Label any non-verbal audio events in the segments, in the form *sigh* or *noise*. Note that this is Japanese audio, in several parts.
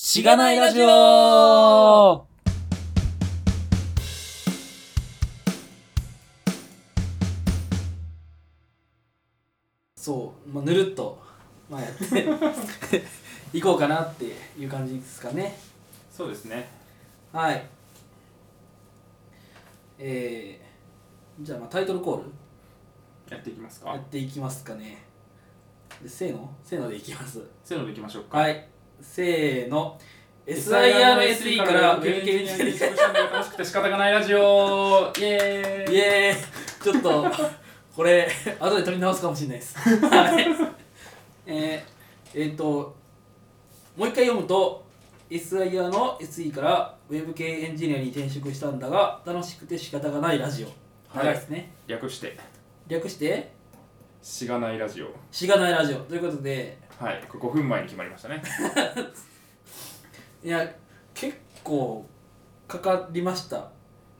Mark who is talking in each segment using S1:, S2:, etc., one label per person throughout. S1: しがないラジオそう、まあ、ぬるっと、まあ、やっていこうかなっていう感じですかね
S2: そうですね
S1: はいえー、じゃあまあタイトルコール
S2: やっていきます
S1: や
S2: か
S1: っていきますかねでせーのせーのでいきます
S2: せーのでいきましょうか
S1: はいせーの SIRSE からウェブ系に
S2: に楽しくて仕方がないラジオイエー
S1: イ
S2: イ
S1: エーイちょっとこれ後で撮り直すかもしれないですはいえー、えーともう一回読むと SIR の SE からウェブ系エンジニアに転職したんだが楽しくて仕方がないラジオ
S2: はい
S1: 長いですね、
S2: 略して
S1: 略して
S2: しがないラジオ
S1: しがないラジオということで
S2: はいこれ5分前に決まりましたね
S1: いや結構かかりました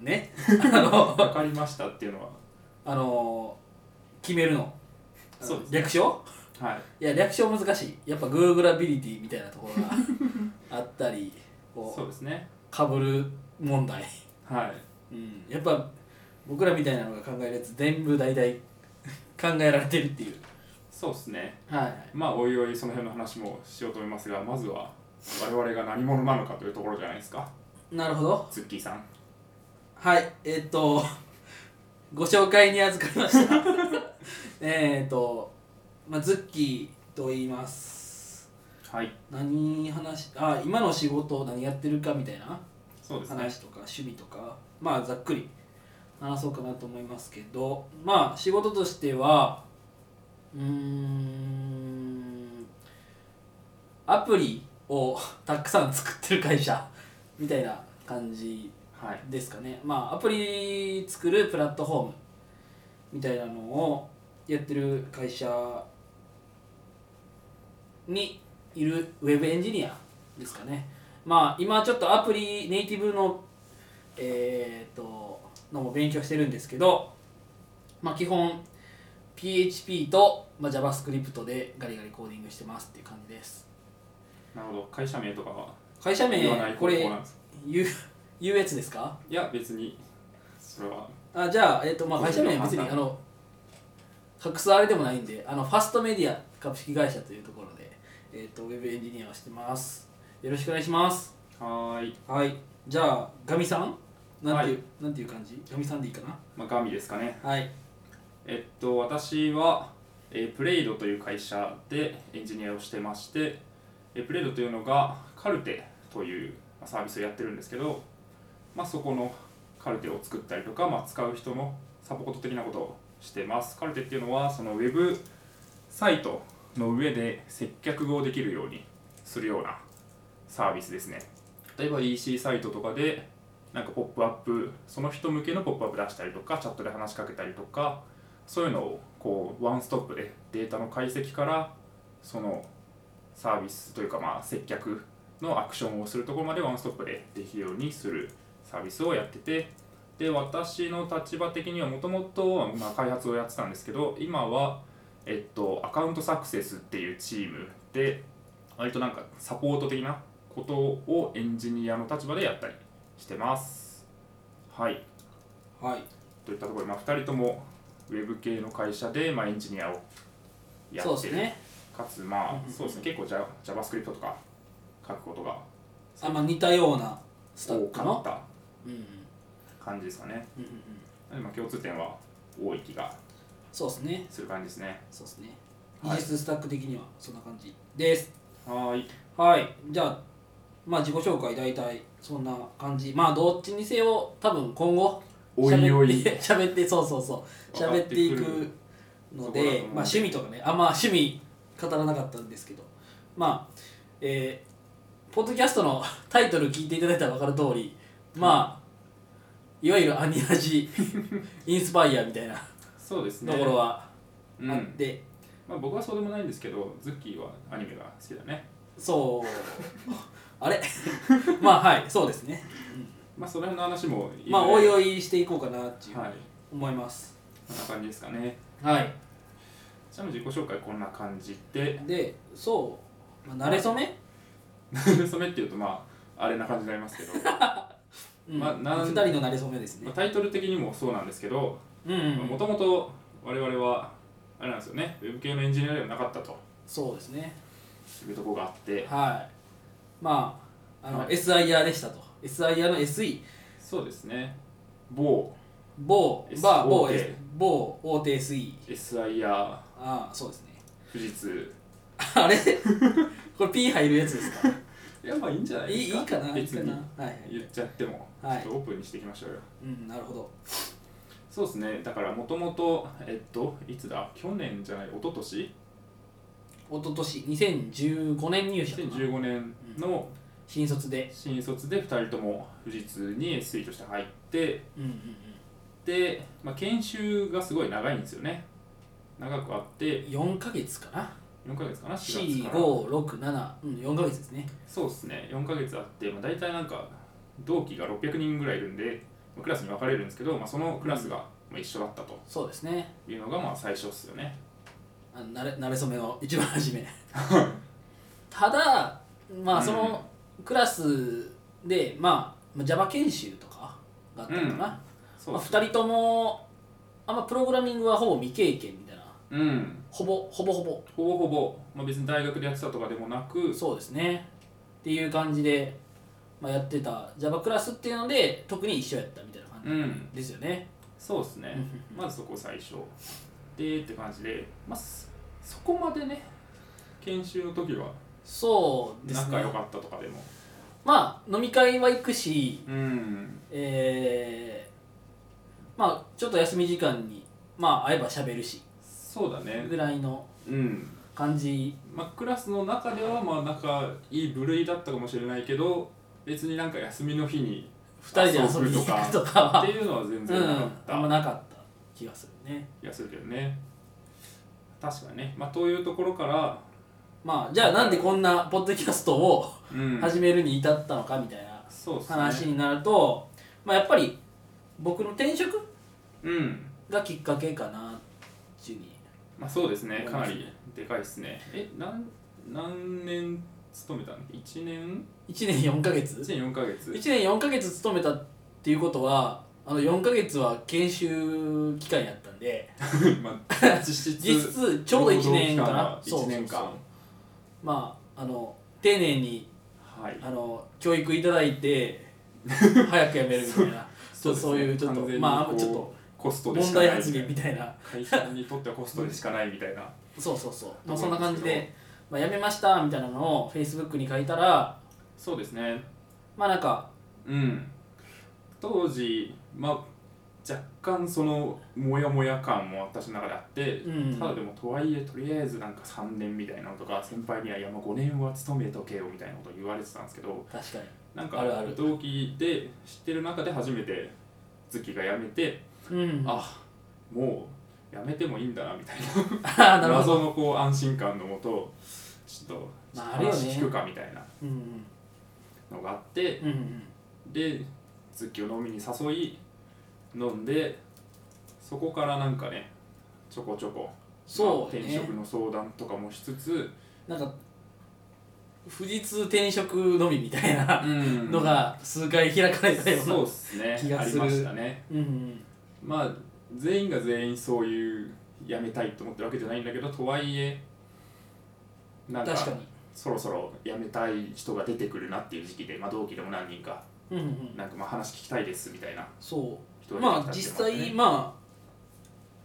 S1: ねあの
S2: わかりましたっていうのは
S1: あの決めるの
S2: そうですね
S1: 略称
S2: はい
S1: いや略称難しいやっぱグーグラビリティみたいなところが *laughs* あったり
S2: そうですね
S1: かぶる問題、
S2: はい
S1: うん、やっぱ僕らみたいなのが考えるやつ全部大体考えられてるっていう
S2: そうですね
S1: はい
S2: まあおいおいその辺の話もしようと思いますがまずは我々が何者なのかというところじゃないですか
S1: なるほど
S2: ツッキーさん
S1: はいえっ *laughs* とご紹介に預かりま *laughs* したえっと、まあ、ズッキーと言います
S2: はい
S1: 何話あ今の仕事何やってるかみたいな
S2: そうですね
S1: 話とか趣味とかまあざっくり話そうかなと思いますけどまあ仕事としてはうーんアプリを *laughs* たくさん作ってる会社みたいな感じ
S2: はい
S1: ですかねまあアプリ作るプラットフォームみたいなのをやってる会社にいるウェブエンジニアですかねまあ今ちょっとアプリネイティブのえーっとのも勉強してるんですけどまあ基本 PHP と、まあ、JavaScript でガリガリコーディングしてますっていう感じです
S2: なるほど会社名とかは
S1: 会社名
S2: 言わない方
S1: これ
S2: 法なんですか
S1: 言う言うやつですか
S2: いや別にそれは
S1: あじゃあ、えっとまあ、
S2: 個
S1: 会社
S2: 人の
S1: 名は別に
S2: 判
S1: あ
S2: 断
S1: の隠すあれでもないんであのファストメディア株式会社というところで、えっとウェブエンジニアをしてますよろしくお願いします
S2: はーい、
S1: はいじゃあガミさんなんていう、
S2: は
S1: なんていう感じガミさんでいいかな
S2: まあ、ガミですかね
S1: はい
S2: えっと私は、えープレイドという会社でエンジニアをしてまして、えープレイドというのがカルテというまあサービスをやってるんですけど、まあ、そこのカルテを作ったりとか、まあ、使う人のサポート的なことをしてますカルテっていうのはそのウェブサイトの上で接客をできるようにするようなサービスですね例えば EC サイトとかでなんかポップアップその人向けのポップアップ出したりとかチャットで話しかけたりとかそういうのをこうワンストップでデータの解析からそのサービスというかまあ接客のアクションをするところまでワンストップでできるようにするサービスをやっててで私の立場的にはもともとまあ開発をやってたんですけど今はえっとアカウントサクセスっていうチームで割となんかサポート的なことをエンジニアの立場でやったりしてますはい
S1: はい
S2: といったところで、まあ、2人ともウェブ系の会社で、まあ、エンジニアをや
S1: そう
S2: っ
S1: で
S2: て
S1: す
S2: る、
S1: ね
S2: かつま
S1: うんうんう
S2: あ
S1: ん
S2: そうですね結構 Java- JavaScript とか書くことが
S1: あ、まあ、似たようなスタッ
S2: 多
S1: フか
S2: か
S1: な
S2: った
S1: うんうん
S2: 感じですかね
S1: うんうんうん
S2: なんでまあ共通点は多い気が
S1: そうですね
S2: する感じですね
S1: そうですね
S2: は
S1: 技
S2: い
S1: 術スタック的にはそんな感じです
S2: はーい
S1: はいじゃあまあ自己紹介大体そんな感じまあどっちにせよ多分今後
S2: おいおい
S1: 喋って *laughs* 喋ってそうそうそう
S2: 分か
S1: 喋
S2: っ
S1: っててい
S2: く
S1: く
S2: る
S1: の
S2: ところだと思
S1: で
S2: う
S1: まあ趣味とかねあんま趣味語らなかったんですけどまあえーポッドキャストの *laughs* タイトル聞いていただいたら分かる通りまあいわゆるアニラジインスパイアみたいな
S2: そうですね
S1: ところは
S2: う
S1: あっ
S2: ん
S1: て、
S2: まあ、僕はそうでもないんですけどズッキーはアニメが好きだね
S1: そうあれ *laughs* まあはいそうですね
S2: まあその辺の話もずれ
S1: まあおい
S2: は
S1: おいしていこうかなって
S2: い
S1: いう
S2: こんな
S1: 思います
S2: 感じですかね
S1: はい
S2: ちなみに自己紹介こんな感じで *laughs*
S1: でそう、まあ、慣れ初め
S2: 染めっていうとまああれな感じになりますけど、
S1: うん
S2: まあなん
S1: 二人のなれ初めです
S2: ま
S1: ね
S2: あ、。タイトル的にもそうなんですけど
S1: うんうんう
S2: も
S1: ん、
S2: ともと我々はあれなんですよねウェブ系のエンジニアではなかったと
S1: そうですね。
S2: いうところがあって
S1: はい。まあ、あの、
S2: はい
S1: SIR でしたと。SIR の SE、
S2: そうですね某
S1: 某
S2: S、
S1: バー、某
S2: OK、
S1: 某大手 SE。
S2: SIR
S1: ああ、そうですね。 *laughs*
S2: 富士通
S1: あれ *laughs* これ P 入るやつで
S2: *laughs*
S1: すか
S2: いやまあいいんじゃない
S1: い
S2: で
S1: い
S2: す
S1: い
S2: か
S1: いかないい
S2: 別
S1: か
S2: に
S1: なはいはい
S2: 言っちゃっても、
S1: はい
S2: ちょっとオープンにしていきましょうよ
S1: うんなるほど
S2: そうですねだからもともとえっといつだ去年じゃない一昨年
S1: 一昨年2015年入社かな
S2: 2015年の
S1: 新卒で
S2: 新卒で2人とも富士通に SE として入って
S1: うんうん
S2: で、まあ、研修がすごい長いんですよね長くあって
S1: うん4ヶ月かな
S2: 4ヶ月かな4月から
S1: 4567うん4ヶ月ですね
S2: そうですね4ヶ月あって、まあ、大体なんか同期が600人ぐらいいるんで、まあクラスに分かれるんですけど、まあ、そのクラスがまあ一緒だったと
S1: そうですね
S2: いうのがまあ最初っすよね
S1: あのなれなれ初めの一番
S2: *laughs*
S1: 初めただまあそのクラスで、まあまあ Java 研修とかがあったのかな、
S2: うん
S1: まあ、
S2: そうっす
S1: 2人ともあんまプログラミングはほぼ未経験みたいな
S2: うん
S1: ほぼほぼほぼ
S2: ほぼほぼ、まあ、別に大学でやってたとかでもなく
S1: そうですねっていう感じで、まあ、やってた Java クラスっていうので特に一緒やったみたいな感
S2: う
S1: じ
S2: ん
S1: ですよね、
S2: そうですね
S1: うん
S2: まずそこ最初でって感じで、まあ、そそこまでね研修の時は
S1: そうです
S2: 仲
S1: ね
S2: 良かったとかでも
S1: まあ飲み会は行くし
S2: うん
S1: えー、まあちょっと休み時間にまあ会えば喋るし
S2: そうだね
S1: ぐらいの
S2: うん
S1: 感じ
S2: まあ、クラスの中ではまあ仲いい部類だったかもしれないけど別になんか休みの日に
S1: 2人で遊びに行くとかは
S2: っていうのは全
S1: う
S2: 然なかっ
S1: ん
S2: た
S1: あんまなかった気がするね
S2: 気がするけどね確かにねまあというところから、
S1: まあじゃあなんでこんなポッドキャストを
S2: うん、
S1: 始めるに至ったのかみたいな
S2: そうですね
S1: 話になると、まあ、やっぱり僕の転職
S2: うん
S1: がきっかけかなっていうふうに
S2: まあそうですね
S1: 思い
S2: か
S1: ま
S2: な
S1: すね
S2: りでかいですねえなん何年勤めたの ?1 年
S1: 1年4ヶ月
S2: 1
S1: 1
S2: 年4ヶ月
S1: 年4ヶ月勤めたっていうことはあの4ヶ月は研修期間やったんで
S2: *laughs* まあ実質
S1: 実質ちょうど1年かな
S2: 1年
S1: そうそう
S2: 間
S1: そうまああの丁寧に
S2: はい
S1: あの教育いただいて *laughs* 早く辞めるみたいなそうそういうちょっとまあちょっと
S2: コストでし
S1: 問
S2: かない
S1: 題発言みたいな
S2: 会社にとってはコストでしかないみたいな
S1: そうそうそう、まあ、
S2: と
S1: そん
S2: ころ
S1: な
S2: なん
S1: 感
S2: です
S1: じ
S2: けど
S1: で、まあ、辞めましたみたいなのを Facebook に書いたら
S2: そうですね
S1: まあなんか
S2: うん当時まあ若干そのモヤモヤ感も私の中であって、
S1: うん
S2: ただでもとはいえとりあえずなんか3年みたいなのとか先輩にはいやまあ5年は勤めとけよみたいなこと言われてたんですけど
S1: 確か
S2: なんか
S1: あるある
S2: 同期で知ってる中で初めて月が辞めて、
S1: に、うん、あ
S2: あもう辞めてもいいんだなみたいな
S1: *laughs* あなるほど、
S2: 謎のこう安心感のもとちょっと
S1: まああるよね
S2: 話聞くかみたいな
S1: うんうん
S2: のがあって
S1: うんうん、
S2: でズッキーを飲みに誘い飲んでそこからなんかねちょこちょこ
S1: そうね
S2: まあ転職の相談とかもしつつ、
S1: なんか富士通転職のみみたいな
S2: うん
S1: のが数回開かれたような、
S2: そうですね
S1: 気が
S2: あり
S1: する
S2: ましたね
S1: うんうん、
S2: まあ全員が全員そういう辞めたいと思ってるわけじゃないんだけどとはいえなんか
S1: 確かに、
S2: そろそろ辞めたい人が出てくるなっていう時期で、まあ、同期でも何人か
S1: うんうん、
S2: なんかまあ話聞きたいですみたいな
S1: そ
S2: 人
S1: う
S2: が
S1: まあ
S2: 出てき
S1: 実
S2: たっていう
S1: 際
S2: の
S1: まあ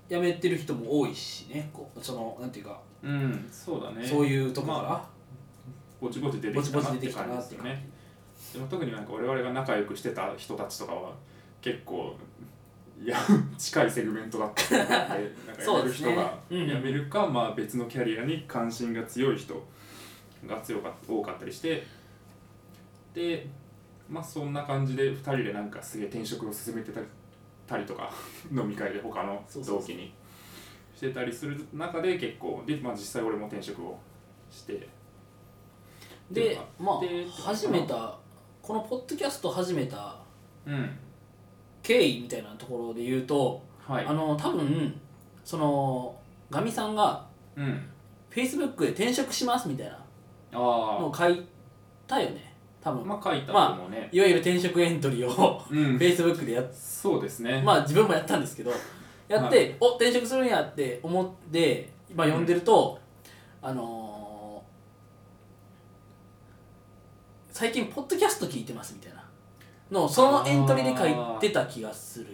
S1: 辞めてる人も多いしねこうそのなんていうか、
S2: もあってねうんそうだね
S1: そういうとこから、
S2: まぼちぼち出て
S1: ぼ
S2: き
S1: ち
S2: た
S1: ぼ
S2: な
S1: ち
S2: っ
S1: 出
S2: て
S1: てきた
S2: 感じ
S1: な
S2: で
S1: っ
S2: す
S1: て
S2: よ
S1: 感じ
S2: ねでも特になんか我々が仲良くしてた人たちとかは結構いや *laughs* 近いセグメントだったのでなんか
S1: そ
S2: 辞め
S1: うで
S2: る
S1: す
S2: 人
S1: ね
S2: が辞
S1: うん
S2: めるか、まあ、別のキャリアに関心が強い人が強か多かったりしてでまあそんな感じで2人でなんかすげえ転職を進めてたりたりとか *laughs* 飲み会で他の
S1: そうそう
S2: 同
S1: そう
S2: 期にしてたりする中で結構で、まあ、実際俺も転職をして。
S1: でま
S2: で
S1: あ始めたこのポッドキャスト始めた
S2: うん
S1: 経緯みたいなところで言うと、
S2: はい
S1: あの多分そのガミさんが
S2: うん
S1: Facebook で転職しますみたいな
S2: あ
S1: のを書いたよね多分、
S2: まあ書いたのもね、
S1: いわゆる転職エントリーを *laughs*
S2: うん
S1: Facebook でやっ
S2: そうですね、
S1: まあ自分もやったんですけどやって、
S2: は
S1: お転職するんやって思って今読んでると、あのー最近ポッドキャスト聞いてますみたいなのをそのエントリーで書いてた気がする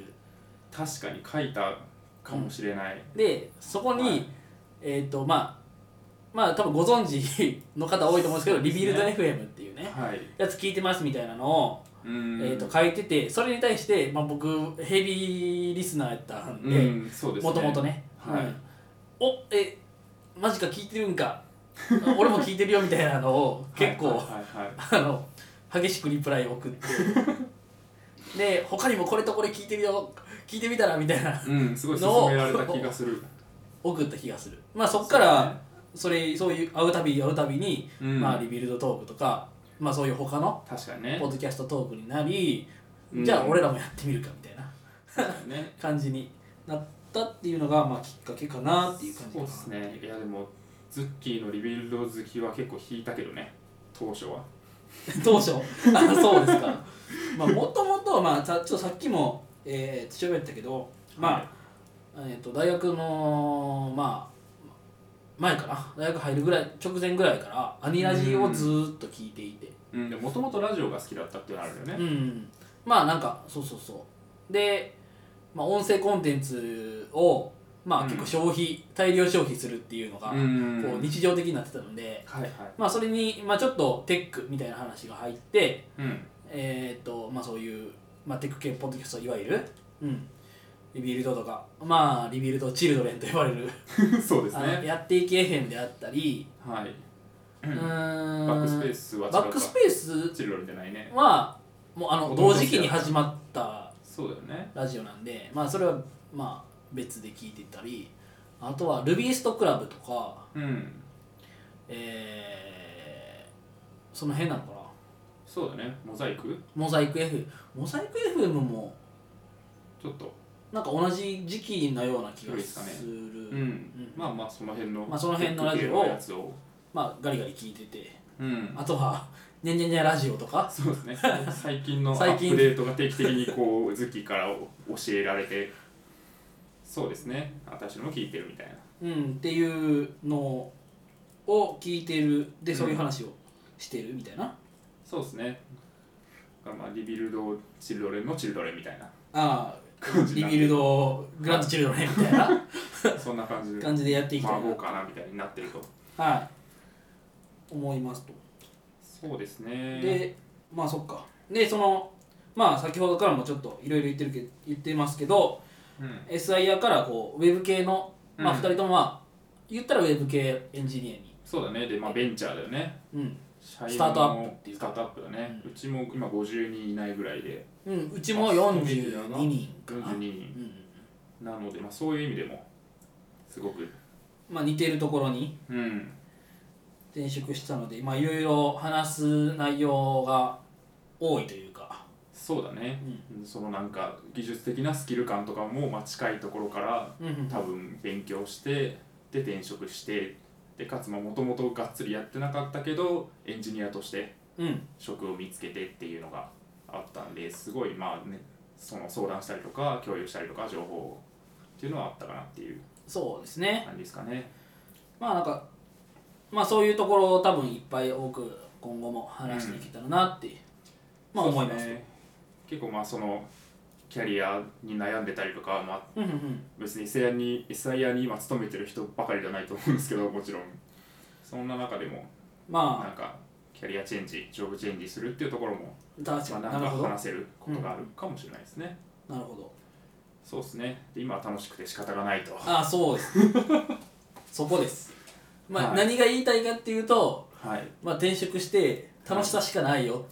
S2: 確かに書いたかもしれない、
S1: でそこに、
S2: はい
S1: えっ、とまあまあ多分ご存知 *laughs* の方多いと思うんですけど
S2: そ
S1: 「
S2: うで
S1: リ
S2: す
S1: ビ
S2: ね
S1: ルド FM」っていうね
S2: はい
S1: やつ聞いてますみたいなのを、
S2: うん
S1: えー、と書いててそれに対して、まあ、僕ヘビーリスナーやったんで、
S2: うん、そうですね
S1: もともとね、
S2: はい
S1: うんおえマジか聞いてるん
S2: *laughs*
S1: か俺も聞いてるよみたいなのを結構、
S2: はいはいはい
S1: あの激しくリプライを送って
S2: *laughs*
S1: で他にもこれとこれ聞いてるよ聞いてみたらみたいな
S2: うんすごい勧められた気がする
S1: 送った気がするまあそっからそれそういう会うたび会うたびに、
S2: そうねうん
S1: まあ、リビルドトークとか、まあ、そういう他の
S2: 確かにね
S1: ポッドキャストトークになり、
S2: うん
S1: じゃあ俺らもやってみるかみたいな
S2: 確かにね
S1: 感じになったっていうのが、まあ、きっかけかなっていう感
S2: そ
S1: じ
S2: う
S1: かな
S2: ですねいやでもズッキーのリビルド好きは結構引いたけどね当初は
S1: *laughs* 当初あそうですかまあもともとはまあさちょっとさっきもえー、喋ったけどまあ、えー、と大学のまあ前かな大学入るぐらい直前ぐらいからアニラジをずーっと聞いていて
S2: うんでもともとラジオが好きだったっていうのあるよ
S1: う
S2: ね
S1: んまあなんかそうそうそうで、まあ、音声コンテンツをまあ
S2: うん
S1: 結構消費、大量消費するっていうのが、
S2: ん
S1: こう日常的になってたので
S2: はいはい
S1: まあそれに、まあ、ちょっとテックみたいな話が入って
S2: うん
S1: えーっとまあそういう、まあ、テック系ポッドキャストいわゆる、うん、リビルドとかまあリビルドチルドレンと呼ばれる、
S2: そうです
S1: あの
S2: ね
S1: やっていけへんであったり
S2: はいう
S1: ーん
S2: バックスペースは違うか
S1: バックスペース
S2: チルドレンじゃないね
S1: はもうあの
S2: 子供
S1: 同
S2: と
S1: 時
S2: して
S1: 期
S2: や
S1: に
S2: った
S1: 始まった
S2: そうだよね
S1: ラジオなんでまあそれはまあ別で聞いてたりあとはルビーストクラブとか
S2: うん
S1: えー、その辺なのかな
S2: そうだねモザイク
S1: モザイク FM モザイク FM も
S2: ちょっと
S1: なんか同じ時期のような気が
S2: ですかね
S1: する、
S2: うんまあまあその辺の
S1: まあその辺のラジオを
S2: テック系のやつを
S1: まあガリガリ聞いてて
S2: うん
S1: あとは「ねんねんねんラジオ」とか
S2: そうですね
S1: *laughs*
S2: 最近のア
S1: 最
S2: ッ
S1: 近
S2: プデートが定期的にこうズッキーから教えられてそうですね私のも聞いてるみたいな
S1: うんっていうのを聞いてるで
S2: うん
S1: そういう話をしてるみたいな、
S2: そうですねまあリビルドチルドレンのチルドレンみたいな
S1: *laughs* あ
S2: 感
S1: あ
S2: じ
S1: リ
S2: なん
S1: ビ
S2: で
S1: ルドグランドチルドレンみたいな
S2: そんな感じで
S1: 感じでやっていきたい
S2: 孫
S1: な
S2: かなみたいになってると
S1: はい思いますと
S2: そうですね
S1: でまあそっかでそのまあ先ほどからもちょっといろいろ言ってるけ言ってますけど
S2: うん
S1: SIR からこうウェブ系の、まあ、
S2: うん
S1: 2人ともまあ、言ったらウェブ系エンジニアに、
S2: そうだねでまあベンチャーだよね
S1: うん
S2: 社員
S1: スタートアップ
S2: も
S1: っていう
S2: スタートアップだね、
S1: う
S2: うんちも今50人いないぐらいで
S1: うん、うちも42人かな、
S2: 42人
S1: うん
S2: なので、まあ、そういう意味でもすごく
S1: まあ、似ているところに
S2: うん
S1: 転職したので、まあ、いろいろ話す内容が多いというか、
S2: そうだね、そのなんか技術的なスキル感とかも、まあ、近いところから
S1: うんうん
S2: 多分勉強してで転職してでかつもともとがっつりやってなかったけどエンジニアとして
S1: うん、
S2: 職を見つけてっていうのがあったんですごいまあねその相談したりとか共有したりとか情報をっていうのはあったかなっていう
S1: そうですね
S2: 感じですかね。
S1: まあなんか、まあ、そういうところを多分いっぱい多く今後も話していけたらなって、まあ
S2: そう
S1: 思い
S2: で
S1: ます
S2: ね結構まあそのキャリアに悩んでたりとか、まあ、
S1: うんうんうん
S2: 別に SIR に SIR に今勤めてる人ばかりじゃないと思うんですけどもちろんそんな中でもなん
S1: ま
S2: かキャリアチェンジジョブチェンジするっていうところも、
S1: あ確
S2: ま
S1: か
S2: あ、な
S1: になんる
S2: か
S1: ほど
S2: 話せることがあるかもしれないですね、
S1: なるほど
S2: そうですねで今は楽しくて仕方がないと
S1: ああそうですそこですまあ、
S2: はい
S1: 何が言いたいかっていうと、
S2: はい
S1: まあ、転職して楽しさしかないよ、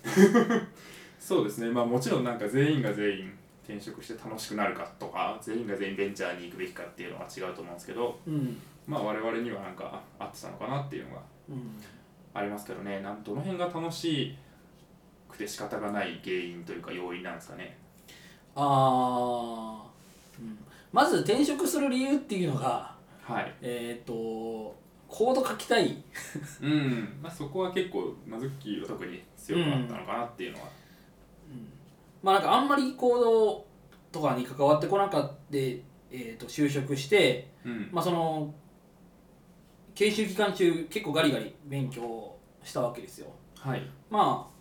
S2: そうですねまあもちろんなんか全員が全員転職して楽しくなるかとか全員が全員ベンチャーに行くべきかっていうのは違うと思うんですけど
S1: うん
S2: まあ我々にはなんか合ってたのかなっていうのが
S1: うん
S2: ありますけどねなんどの辺が楽しくて仕方がない原因というか要因なんですかね
S1: あー、うん、まず転職する理由っていうのが
S2: はい
S1: えっ、とコード書きたい
S2: うんまあ、そこは結構マズッキーは特に強くなったのかなっていうのは、
S1: まあなんかあんまり行動とかに関わってこなかったで、えー、と就職して、
S2: うん
S1: まあ、その研修期間中結構ガリガリ勉強したわけですよ
S2: はい、
S1: まあ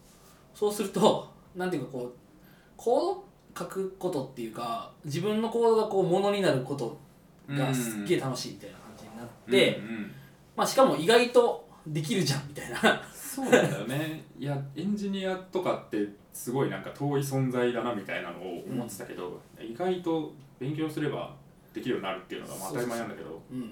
S1: そうすると *laughs* なんていうかこうコード書くことっていうか自分のコードがこうものになることがすっげえ楽しいみたいな感じになって、
S2: うんうん
S1: まあ、しかも意外とできるじゃんみたいな *laughs*
S2: そうなんだよねいやエンジニアとかってすごいなんか遠い存在だなみたいなのを思ってたけど、意外と勉強すればできるようになるっていうのがまあ当たり前なんだけど
S1: うん、うん、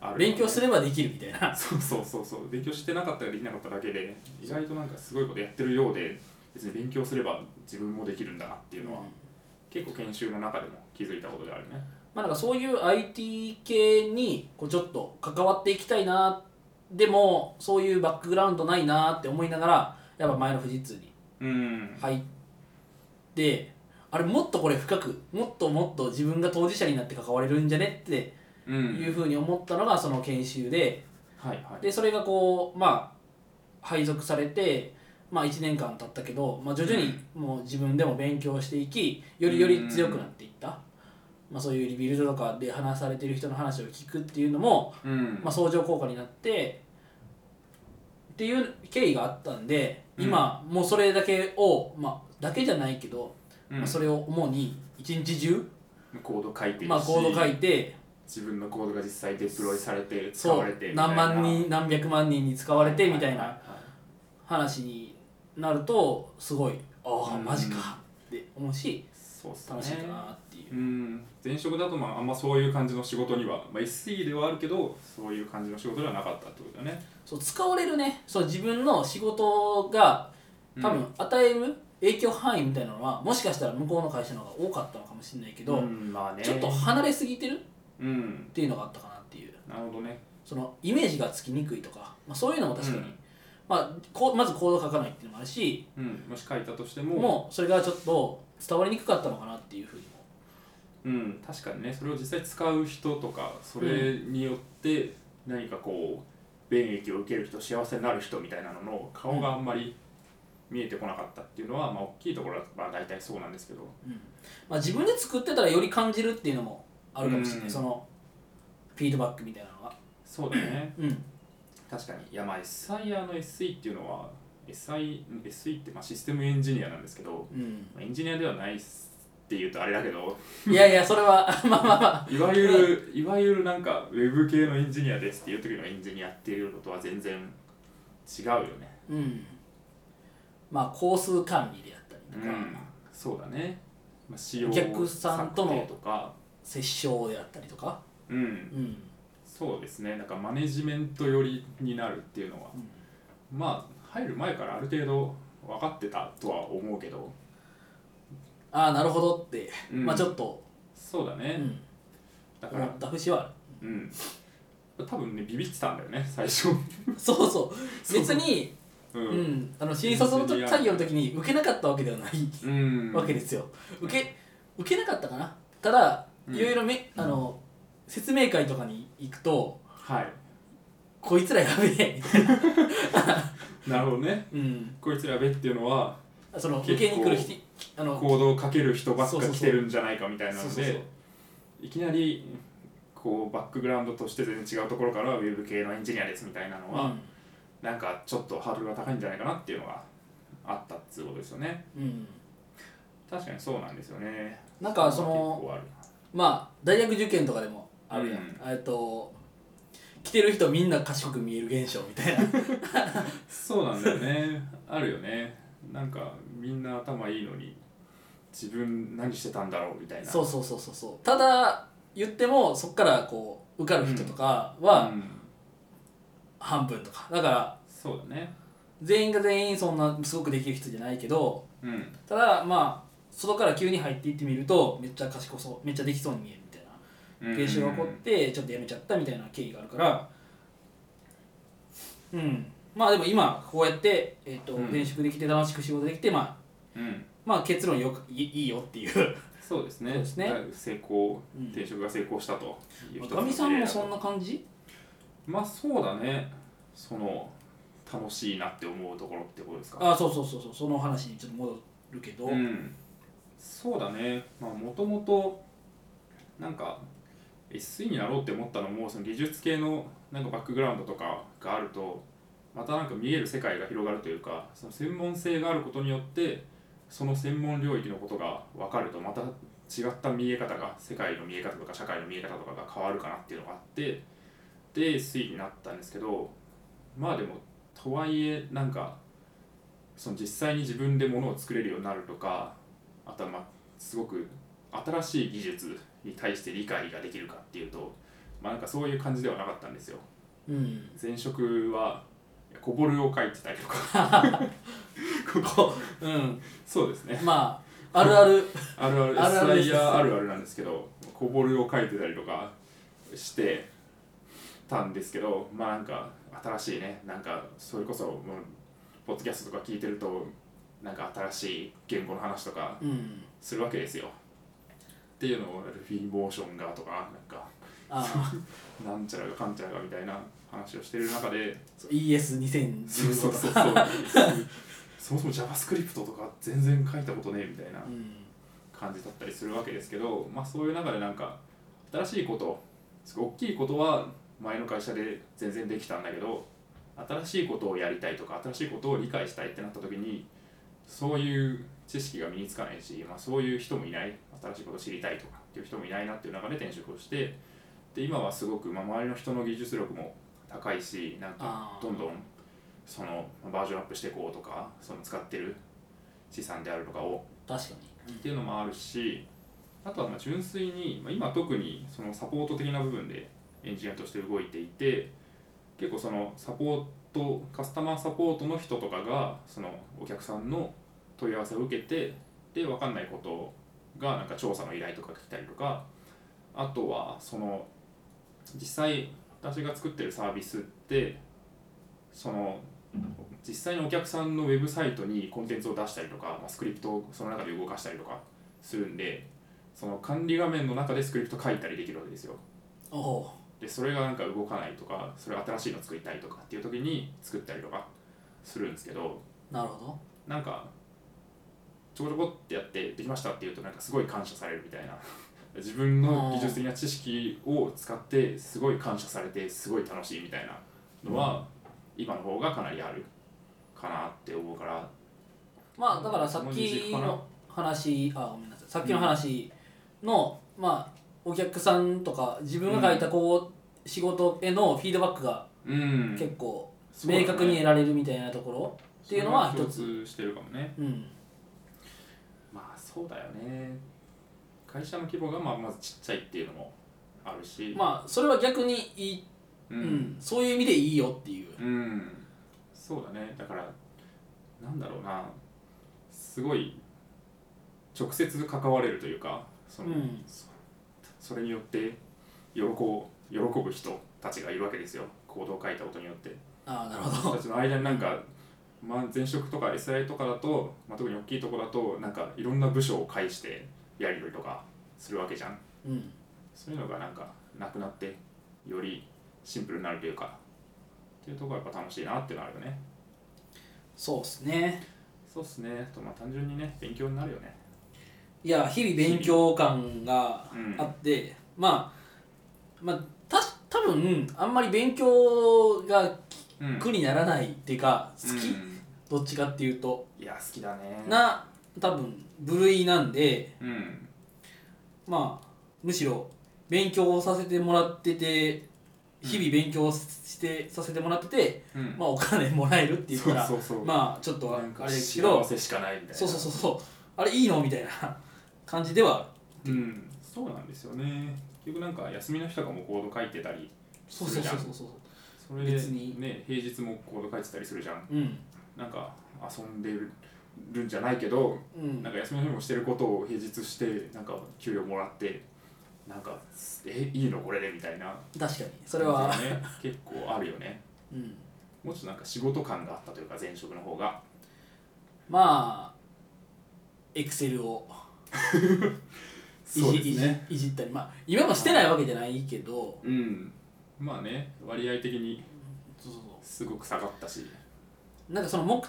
S2: あるよね
S1: 勉強すればできるみたいな
S2: *laughs* そうそうそうそう勉強してなかったらできなかっただけで意外となんかすごいことやってるようで別に勉強すれば自分もできるんだなっていうのは、結構研修の中でも気づいたことであるね
S1: まあ、なんかそういう IT 系にこうちょっと関わっていきたいなでもそういうバックグラウンドないなって思いながらやっぱ前の富士通に
S2: うん
S1: 入ってあれもっとこれ深くもっともっと自分が当事者になって関われるんじゃねって
S2: う
S1: いうんふうに思ったのがその研修で
S2: はいはい
S1: でそれがこうまあ配属されて、まあ、1年間経ったけど、まあ、徐々にもう自分でも勉強していきよりより強くなっていった、まあ、そういうリビルドとかで話されてる人の話を聞くっていうのも、
S2: うん
S1: まあ、相乗効果になってっていう経緯があったんで今もうそれだけを、まあ、だけじゃないけど、
S2: うん
S1: まあ、それを主に一日中、
S2: コード書いてるし、
S1: まあ、コード書いて
S2: 自分のコードが実際デプロイされて使
S1: そ
S2: われて
S1: う
S2: みたいな
S1: 何万人何百万人に使われてみたいな。話になるとすごいああ
S2: うん
S1: マジかって思うし
S2: そうっすね
S1: 楽しいかなっていう、
S2: うん前職だとまああんまそういう感じの仕事には、まあ、SE ではあるけどそういう感じの仕事ではなかったってことだね
S1: そう使われるねそう自分の仕事が多分与える影響範囲みたいなのはもしかしたら向こうの会社の方が多かったのかもしれないけど、
S2: うんまあね
S1: ちょっと離れすぎてるっ
S2: うん
S1: ていうのがあったかなっていう
S2: なるほどね
S1: そのイメージがつきにくいとか、まあ、そういうのも確かに、
S2: うん
S1: まあ、こうまず行動書かないっていうのもあるし
S2: うん、もし書いたとしても
S1: もうそれがちょっと伝わりにくかったのかなっていうふうにも
S2: うん、確かにねそれを実際使う人とかそれによって何かこう便益を受ける人幸せになる人みたいなのの顔があんまり見えてこなかったっていうのは、まあ、大きいところは大体そうなんですけど
S1: まあ、自分で作ってたらより感じるっていうのもあるかもしれない、
S2: うん
S1: そのフィードバックみたいなのが、
S2: そうだね
S1: うん、
S2: 確かにいやまあ SIR の SE っていうのは SI SE ってまあシステムエンジニアなんですけどまあエンジニアではないっすっていうとあれだけど
S1: いやいやそれは *laughs* まあまあまあ
S2: いわゆるいわゆるなんかウェブ系のエンジニアですっていう時のエンジニアっていうのとは全然違うよね
S1: うんまあ工数管理であったりとか、
S2: そうだね、まあ、使用
S1: お客さんとの
S2: 策定とか
S1: 折衝であったりとか、
S2: うん、
S1: うん
S2: そうですねなんかマネジメント寄りになるっていうのは、
S1: うん
S2: まあ入る前からある程度分かってたとは思うけど
S1: ああなるほどって、
S2: うん
S1: まあちょっと、
S2: そうだ
S1: う
S2: ね、
S1: ん、
S2: だか
S1: 思
S2: ら
S1: った節はある
S2: うん多分ねビビってたんだよね最初
S1: *laughs* そうそう別に、
S2: う
S1: うん
S2: ん、
S1: あの新卒の時作業の時に受けなかったわけではない
S2: うん、
S1: わけですよ受け受けなかったかなただ
S2: うん
S1: いろいろめ、あの説明会とかに行くと
S2: はい
S1: こいつらやべえみたいな、
S2: なるほどね
S1: うん、
S2: こいつらべっていうのは
S1: その受けに来る人あの
S2: 行動をかける人ばっ
S1: そう
S2: か
S1: そうそ
S2: 来
S1: う
S2: てるんじゃないかみたいな
S1: そう
S2: の
S1: そうそう
S2: でいきなりこうバックグラウンドとして全然違うところからウェブ系のエンジニアですみたいなのは、なんかちょっとハードルが高いんじゃないかなっていうのがあったっつうことですよね
S1: うん、うん、
S2: 確かにそうなんですよね
S1: なんかそ
S2: 結
S1: の
S2: 構ある
S1: まあ大学受験とかでもあるやん、
S2: う
S1: えっと来てる人みんな賢く見える現象みたいな
S2: そうなんだよね *laughs* あるよねなんかみんな頭いいのに自分何してたんだろうみたいな
S1: そうそうそうそうそうただ言ってもそっからこう受かる人とかは
S2: うん
S1: 半分とか、だから
S2: そうだね
S1: 全員が全員そんなすごくできる人じゃないけど
S2: うん
S1: ただまあ外から急に入っていってみるとめっちゃ賢そうめっちゃできそうに見えるみたいな現象が起こってちょっとやめちゃったみたいな経緯があるからうんまあでも今こうやって、えっと
S2: うん
S1: 転職できて楽しく仕事できてまあ
S2: うん、うん
S1: まあ結論よくいいいよっていう
S2: そうですね
S1: そうですね
S2: だいぶ成功
S1: うん
S2: 転職が成ey功したという一つの
S1: かみさん
S2: 事例
S1: も
S2: だと
S1: そんな感じ
S2: まあそうだねその楽しいなって思うところってことですか
S1: あそうそうそうそうその話にちょっと戻るけど、
S2: うん、そうだねまあもともとなんか SE になろうって思ったのもその技術系のなんかバックグラウンドとかがあるとまたなんか見える世界が広がるというかその専門性があることによってその専門領域のことが分かるとまた違った見え方が世界の見え方とか社会の見え方とかが変わるかなっていうのがあってで SE になったんですけどまあでもとはいえなんかその実際に自分で物を作れるようになるとかあとはまあすごく新しい技術に対して理解ができるかっていうとまあなんかそういう感じではなかったんですよ
S1: うん、
S2: 前職はいやこぼるを書いてたりとか *laughs*
S1: こう、うん、
S2: そうですね
S1: まああるある
S2: あるある
S1: あるあるです
S2: SIR あるあるなんですけどこぼるを書いてたりとかしてたんですけどまあなんか新しいねなんかそれこそもうポッドキャストとか聞いてるとなんか新しい言語の話とか
S1: うん
S2: するわけですよ。っていうのをフィーモーションがとかなんか
S1: あ
S2: なんちゃらがかんちゃらがみたいな話をしてる中で
S1: そう ES2015
S2: そうそう
S1: と
S2: *laughs* そう
S1: か
S2: そうそもそも JavaScript とか全然書いたことねえみたいな
S1: うん
S2: 感じだったりするわけですけど、まあ、そういう中でなんか新しいことすごい大きいことは前の会社で全然できたんだけど新しいことをやりたいとか新しいことを理解したいってなった時にそういう知識が身につかないし、まあ、そういう人もいない新しいことを知りたいとかっていう人もいないなっていう中で転職をしてで今はすごく、まあ、周りの人の技術力も高いしなんか
S1: あー
S2: どんどんそのまあバージョンアップしていこうとかその使ってる資産であるとかを
S1: 確か
S2: っ
S1: に
S2: ていうのもあるしあとはまあ純粋に、まあ、今特にそのサポート的な部分でエンジニアとして動いていて結構そのサポートカスタマーサポートの人とかがそのお客さんの問い合わせを受けてで分かんないことがなんか調査の依頼とか来たりとかあとはその実際私が作ってるサービスってその実際のお客さんのウェブサイトにコンテンツを出したりとか、まあ、スクリプトをその中で動かしたりとかするんでその管理画面の中でスクリプト書いたりできるわけですよ
S1: おお
S2: でそれがなんか動かないとかそれ新しいの作りたいとかっていう時に作ったりとかするんですけど
S1: うなるほ
S2: なんかちょこちょこってやってできましたっていうとなんかすごい感謝されるみたいな *laughs* 自分の技術的な知識を使ってすごい感謝されてすごい楽しいみたいなのは今の方がかなりあるかなって思うから
S1: どまあだからさっきの話あごめんなさいさっきの話の、まあお客さんとか自分が書いたこう、仕事へのフィードバックが
S2: うん
S1: 結構
S2: そうだね
S1: 明確に得られるみたいなところ、っていうのは一つ
S2: それ共通してるかもね
S1: うん
S2: まあそうだよね会社の規模がまあまずちっちゃいっていうのもあるし
S1: まあそれは逆にいい、
S2: う
S1: うん
S2: ん、
S1: そういう意味でいいよっていう
S2: うんそうだねだからなんだろうなすごい直接関われるというかその、
S1: うん
S2: そそれによって喜ぶ喜ぶ人たちがいるわけですよ行動を書いたことによって
S1: ああなるほ
S2: 私
S1: ど
S2: たちの間になんか、まあ、前職とか SI とかだと、まあ、特に大きいとこだとなんかいろんな部署を介してやり取りとかするわけじゃん
S1: うん
S2: そういうのがなんかなくなってよりシンプルになるというかっていうところがやっぱ楽しいなっていうのはあるよね
S1: そうですね
S2: そうっすね。あとまあ単純にね、勉強になるよね。
S1: いや日々勉強感があって、まあまあた多分あんまり勉強が
S2: うん
S1: 苦にならないっていうか、好き、
S2: うん
S1: どっちかっていうと、
S2: いや、好きだね。
S1: な多分部類なんで
S2: うん。
S1: まあむしろ勉強をさせてもらってて日々勉強してさせてもらってて、
S2: うん。
S1: まあお金もらえるっていうから
S2: そうそうそう
S1: まあちょっとあ
S2: なんか
S1: れですけど
S2: 幸せしかないみたいな。
S1: そうそうそうそうあれいいのみたいな感じでは
S2: う。うん。そうなんですよね。結局なんか休みの日とかもコード書いてたり、
S1: そうそうそうそうそう
S2: それで、
S1: 別に
S2: ね、平日もコード書いてたりするじゃん。
S1: うん
S2: なんか遊んでる。んじゃないけど、
S1: うん
S2: なんか休みの日もしてることを平日してなんか給料もらってなんかえいいのこれでみたいな
S1: 確かにそれは、
S2: 感じがね、結構あるよね
S1: うん、
S2: もうちょっとなんか仕事感があったというか前職の方が
S1: まあエクセルをいじ,、いじいじったりまあ今もしてないわけじゃないけど
S2: うんまあね割合的に
S1: そうそうそ
S2: すごく下がったし、
S1: うなんかその目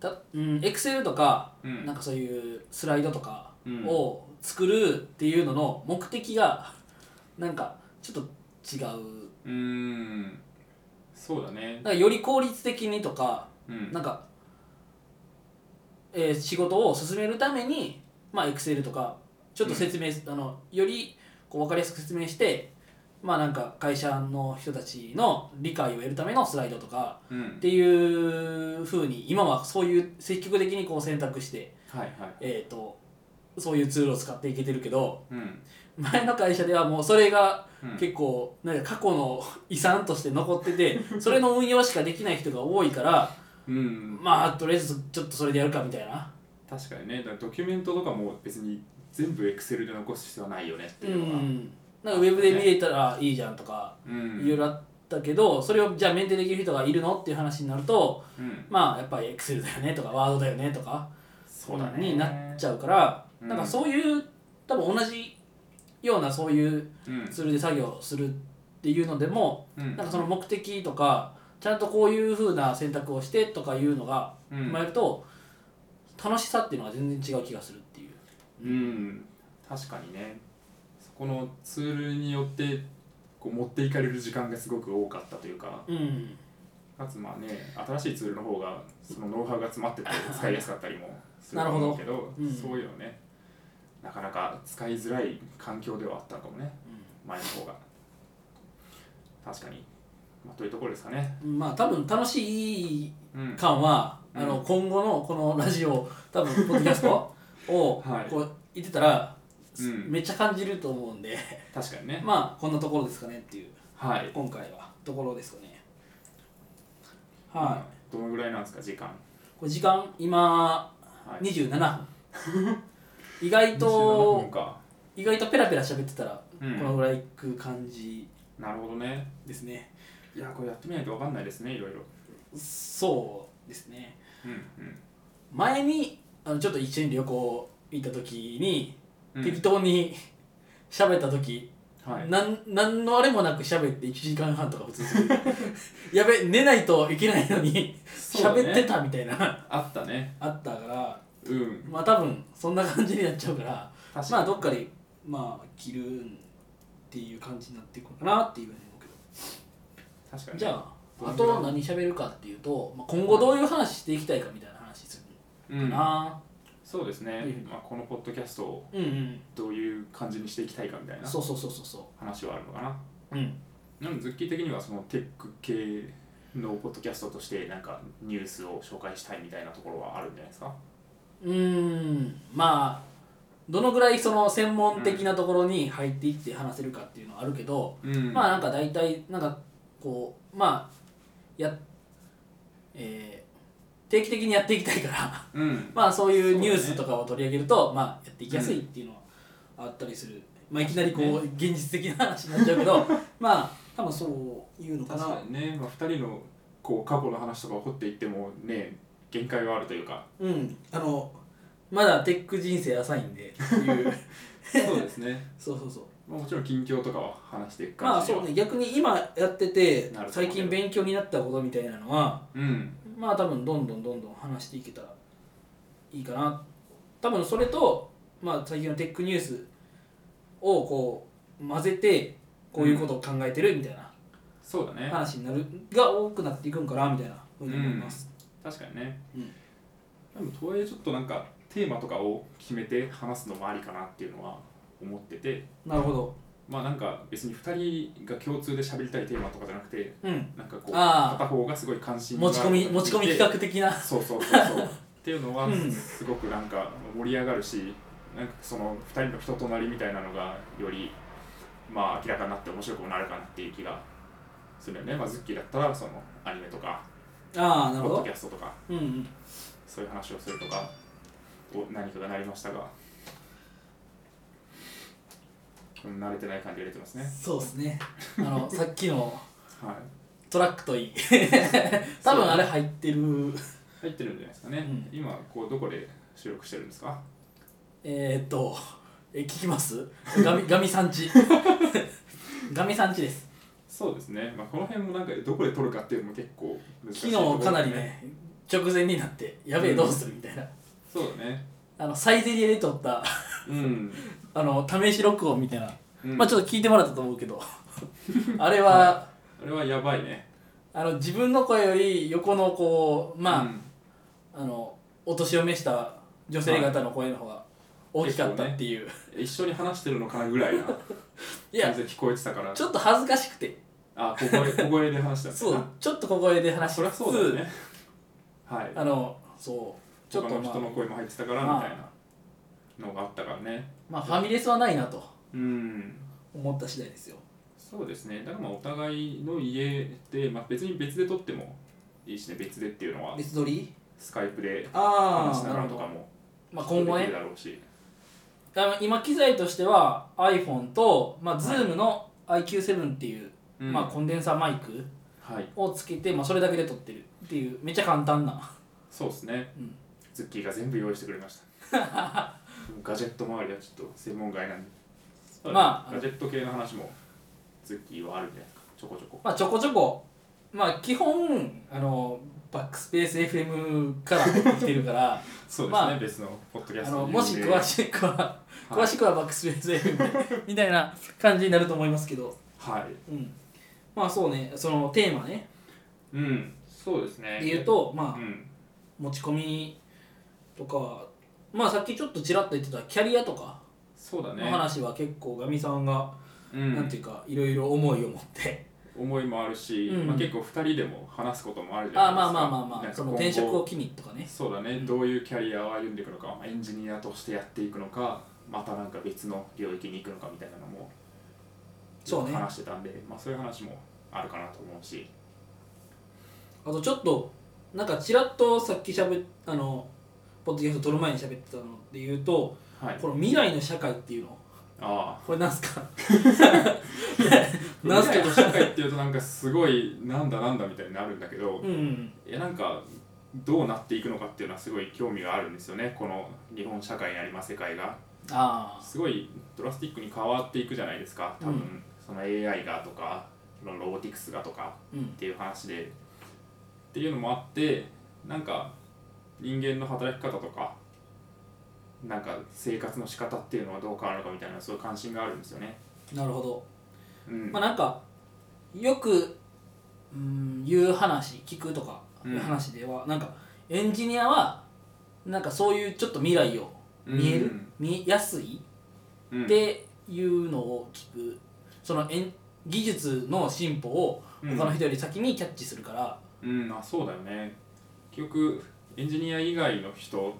S1: たうんエクセルとか、
S2: うん
S1: なんかそういうスライドとか
S2: うん
S1: を作るっていうのの目的がなんかちょっと違う
S2: うーんそうだね
S1: なんかより効率的にとか
S2: うん
S1: なんか、えー仕事を進めるためにまあエクセルとかちょっと説明、あのよりこう分かりやすく説明してまあなんか会社の人たちの理解を得るためのスライドとか
S2: うん
S1: っていう風に今はそういう積極的にこう選択して、
S2: はいはい
S1: えー、とそういうツールを使っていけてるけど
S2: うん
S1: 前の会社ではもうそれが
S2: うん
S1: 結構なんか過去の遺産として残っててそれの運用しかできない人が多いから
S2: うん
S1: まあとりあえずちょっとそれでやるかみたいな
S2: 確かにねだからドキュメントとかも別に全部エクセルで残す必要はないよねって
S1: う
S2: いうのは
S1: んなんかウェブで見れたらいいじゃんとか
S2: うん
S1: いろいろあったけどそれをじゃあメンテできる人がいるのっていう話になると
S2: うん
S1: まあやっぱりエクセルだよねとかワードだよねとか
S2: そうだね
S1: になっちゃうから
S2: うん
S1: なんかそういう多分同じようなそういう
S2: うん
S1: ツールで作業するっていうのでも
S2: うん
S1: なんかその目的とかちゃんとこういうふうな選択をしてとかいうのが
S2: うん
S1: 生まれると楽しさっていうのが全然違う気がするっていう
S2: うん確かにねそこのツールによってこう持っていかれる時間がすごく多かったというか
S1: うん
S2: かつまあね新しいツールの方がそのノウハウが詰まってて使いやすかったりもすると思うけど
S1: うん
S2: そういうのねなかなか使いづらい環境ではあったのかもね前の方が確かに、まあ、というところですかね
S1: うんまあ多分楽しい
S2: うん
S1: 感は、
S2: うん
S1: あの
S2: うん
S1: 今後のこのラジオ多分ポッドキャストを
S2: *laughs* はい
S1: こう言ってたら、
S2: うん
S1: めっちゃ感じると思うんで
S2: *laughs* 確かにね
S1: まあこんなところですかねっていう
S2: はい
S1: 今回はところですかねはい
S2: どのぐらいなんですか時間
S1: いこれ時間今
S2: はい
S1: 27分、
S2: *laughs*
S1: 意外
S2: 27
S1: と
S2: 分か
S1: 意外とペラペラ喋ってたらこ
S2: うん
S1: のぐらいいく感じ
S2: なるほどね
S1: ですね、
S2: いやこれやってみないと分かんないですねいろいろ
S1: そうですね
S2: うん
S1: 前にあのちょっと一緒に旅行行った時に、
S2: うん
S1: 適当に喋った時、
S2: うんはい
S1: なん何のあれもなく喋って1時間半とか普通に *laughs* やべ寝ないといけないのに
S2: そうだね
S1: 喋ってたみたいな
S2: あったね
S1: あったから
S2: うん
S1: まあ多分そんな感じになっちゃうから
S2: 確か
S1: まあ
S2: に
S1: どっかでまあ切るっていう感じになってくるかなっていうふうに思うけど
S2: 確かに
S1: じゃあ、あ
S2: ど
S1: と
S2: んぐらい
S1: 何喋るかっていうと、まあ、今後どういう話していきたいかみたいな話す
S2: う
S1: る
S2: ん
S1: かな。
S2: そうですね
S1: うん
S2: まあこのポッドキャストを
S1: うんうん。
S2: どういう感じにしていきたいかみたいな
S1: そうそうそうそうそ
S2: 話はあるのかな
S1: う。うん。
S2: なのでズッキー的にはそのテック系のポッドキャストとしてなんかニュースを紹介したいみたいなところはあるんじゃないですか
S1: うーん、まあ、どのぐらいその専門的なところに入っていって話せるかっていうのはあるけど、
S2: うん
S1: まあなんか大体、なんかこう、まあ、や、えー定期的にやっていきたいから、 *laughs*
S2: うん
S1: まあそうい
S2: そう
S1: う
S2: だ
S1: ニ
S2: ね
S1: ュースとかを取り上げると、まあやっていきやすいっていうのはあったりする、まあいきなりこう現実的な話になっちゃうけ
S2: *laughs*
S1: どまあ多分そういうのか
S2: 確
S1: な
S2: かにね、まあ、2人のこう過去の話とかを掘っていってもね限界はあるというか
S1: うんあのまだテック人生浅いんでっていう
S2: そうですね、
S1: そうそうそう
S2: *laughs* まあ、もちろん近況とかは話していく感じ
S1: まあそうね逆に今やってて
S2: なるほど
S1: 最近勉強になったことみたいなのは
S2: うん
S1: まあ多分どんどんどんどん話していけたらいいかな多分それと、まあ、最近のテックニュースをこう混ぜてこういうことを考えてるみたいな
S2: そうだね
S1: 話になるが多くなっていくんかなみたいなふうに思います、
S2: 確かにね
S1: うん
S2: でもとはいえちょっとなんかテーマとかを決めて話すのもありかなっていうのは思ってて
S1: なるほど
S2: まあなんか別に2人が共通で喋りたいテーマとかじゃなくて
S1: うん
S2: なんかこう
S1: あー
S2: 片方がすごい関心があ
S1: 持
S2: る
S1: ち込み持ち込み企画的な
S2: そうそうそうそうっていうのは
S1: うん
S2: すごくなんか盛り上がるしなんかその2人の人となりみたいなのがよりまあ明らかになって面白くもなるかなっていう気がするよね、まあ、ズッキーだったらそのアニメとか
S1: ああな
S2: ポッ
S1: るほ
S2: ド
S1: ど
S2: キャストとか
S1: うんうん
S2: そういう話をするとかお何かがなりましたがうん慣れてない感じが出てますね
S1: そうですねあのさっきの
S2: はい
S1: トラックとい
S2: *laughs*
S1: い多分あれ入ってる
S2: 入ってるんじゃないですかね、
S1: うん
S2: 今こうどこで収録してるんですか
S1: えー、っ *laughs* と、え聞きますガミガミさんち。ガミさんちです。
S2: そうですね、まあ、この辺もなんかどこで取るかっていうのも結構難しい
S1: 昨
S2: ところ
S1: 日かなりね直前になってやべえどうするみたいな、
S2: そうだね
S1: あのサイゼリヤで撮った *laughs*
S2: うん、
S1: あの試し録音みたいな、
S2: うん、
S1: まあちょっと聞いてもらったと思う
S2: *laughs*
S1: けどあれは、
S2: あれはやばいね
S1: あの自分の声より横のこうまあ、
S2: うん
S1: あのお年を召した女性方の声の方が大きかったっていう、
S2: 一緒に話してるのかなぐらいな
S1: いや
S2: 感じで聞こえてたから
S1: ちょっと恥ずかしくて
S2: あ小
S1: *laughs*
S2: 声小声で話したんだな
S1: そうちょっと小声で話し
S2: そりゃ
S1: つ
S2: そうだよ
S1: つ、
S2: ねはい
S1: あのそうちょっ
S2: 他
S1: と
S2: の
S1: ま
S2: 人の
S1: あ、
S2: 声も入ってたからみたいなのがあったからね
S1: まあ、ファミレスはないなと
S2: うん
S1: 思った次第ですよ
S2: そうですねだからまあお互いの家で、まあ、別に別で撮ってもいいしね別でっていうのは
S1: 別撮り
S2: スカイプで
S1: あ
S2: 話し
S1: あ
S2: な
S1: なる
S2: がら
S1: ほ
S2: とか
S1: ど、
S2: も
S1: まあ、今後
S2: でき
S1: ね
S2: るだろうし
S1: あの今機材としては iPhone と、まあ、Zoom の IQ7 っていう、
S2: うん
S1: まあ、コンデンサーマイク
S2: はい
S1: をつけて、まあ、それだけで撮ってるっていうめっちゃ簡単な、
S2: そうですね
S1: うん、
S2: ズッキーが全部用意してくれました
S1: *laughs*
S2: もうガジェット周りはちょっと専門外なんでそうだね
S1: まあ
S2: ガジェット系の話もズッキーはあるんじゃないですかちょこちょこ
S1: まあちょこちょこまあ基本あのバックスペース FM から入ってきてるから
S2: *laughs* そうですね、
S1: まあ
S2: 別のポッドキャ
S1: あ
S2: スト
S1: の
S2: で
S1: もし詳しくは
S2: はい
S1: 詳しくはバックスペース FM みたいな感じになると思いますけど、
S2: はい
S1: うん、まあそうねそのテーマね
S2: うんそうですね
S1: で言うとま
S2: う
S1: あ
S2: ん
S1: 持ち込みとかまあさっきちょっとちらっと言ってたキャリアとか
S2: そうだね
S1: の話は結構ガミさんが、
S2: うん、
S1: なんていうかいろいろ思いを持って
S2: 思いもあるし、
S1: うん
S2: まあ、結構2人でも話すこともあるじゃな
S1: あ
S2: い
S1: ー
S2: ですか
S1: まあまあまあ
S2: な
S1: ま
S2: ん
S1: あ
S2: か
S1: その
S2: 今後
S1: 転職を機にとかね
S2: そうだね、
S1: うん
S2: どういうキャリアを歩んでいくのかまあエンジニアとしてやっていくのかまたなんか別の領域に行くのかみたいなのも
S1: そうね
S2: 話してたんで、まあ、そういう話もあるかなと思うし
S1: あとちょっとなんかちらっとさっきしゃべあのポッドキャスト撮る前に喋ってたので言うと
S2: はい
S1: この未来の社会っていうの
S2: ああ
S1: これなんす
S2: *laughs*
S1: か
S2: 未
S1: なんすか
S2: 来の社会っていうとなんかすごいなんだなんだみたいになるんだけど、
S1: *laughs* うんうん
S2: いやなんかどうなっていくのかっていうのはすごい興味があるんですよねこの日本社会やります世界が
S1: あ
S2: すごいドラスティックに変わっていくじゃないですか多分、
S1: うん
S2: その AI がとかそのロボティクスがとか
S1: あうん
S2: っていう話でっていうのもあってなんか人間の働き方とかなんか生活の仕方っていうのはどう変わるのかみたいなそういう関心があるんですよね。
S1: なるほど
S2: うん
S1: まあなんかよくうん言う話聞くとか
S2: うん
S1: いう話では、なんかエンジニアはなんかそういうちょっと未来を見える、
S2: うん
S1: 見えやすい
S2: うん
S1: っていうのを聞くそのえん技術の進歩を他の人より先にキャッチするから、
S2: うん、あそうだよね結局エンジニア以外の人っ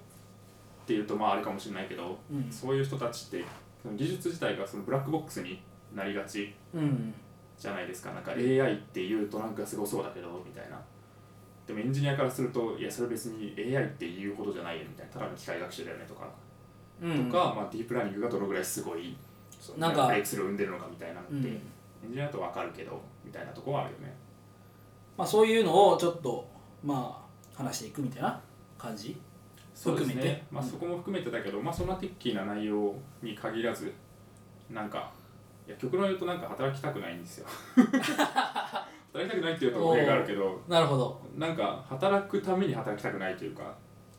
S2: ていうとまああれかもしれないけど、
S1: うん
S2: そういう人たちってその技術自体がそのブラックボックスになりがち
S1: うん、
S2: じゃないですかなんか AI っていうとなんかすごそうだけどみたいなでもエンジニアからするといやそれ別に AI っていうことじゃないよみたいなただの機械学習だよねとか、
S1: うん、
S2: とか、まあ、ディープラーニングがどのぐらいすごいその
S1: なんか
S2: ブレイクスルーを生んでるのかみたいなのって、
S1: うん
S2: エンジニアだとわかるけどみたいなとこはあるよね
S1: まあ、そういうのをちょっとまあ話していくみたいな感じ
S2: そうです
S1: 含め
S2: ね
S1: て、
S2: まあ、
S1: うん
S2: そこも含めてだけど、まあ、そんなテッキーな内容に限らずなんかいや極論言うとなんか働きたくないんです
S1: *laughs*
S2: よ働きたくないっていうと語弊があるけど
S1: なるほど
S2: なんか働くために働きたくないというか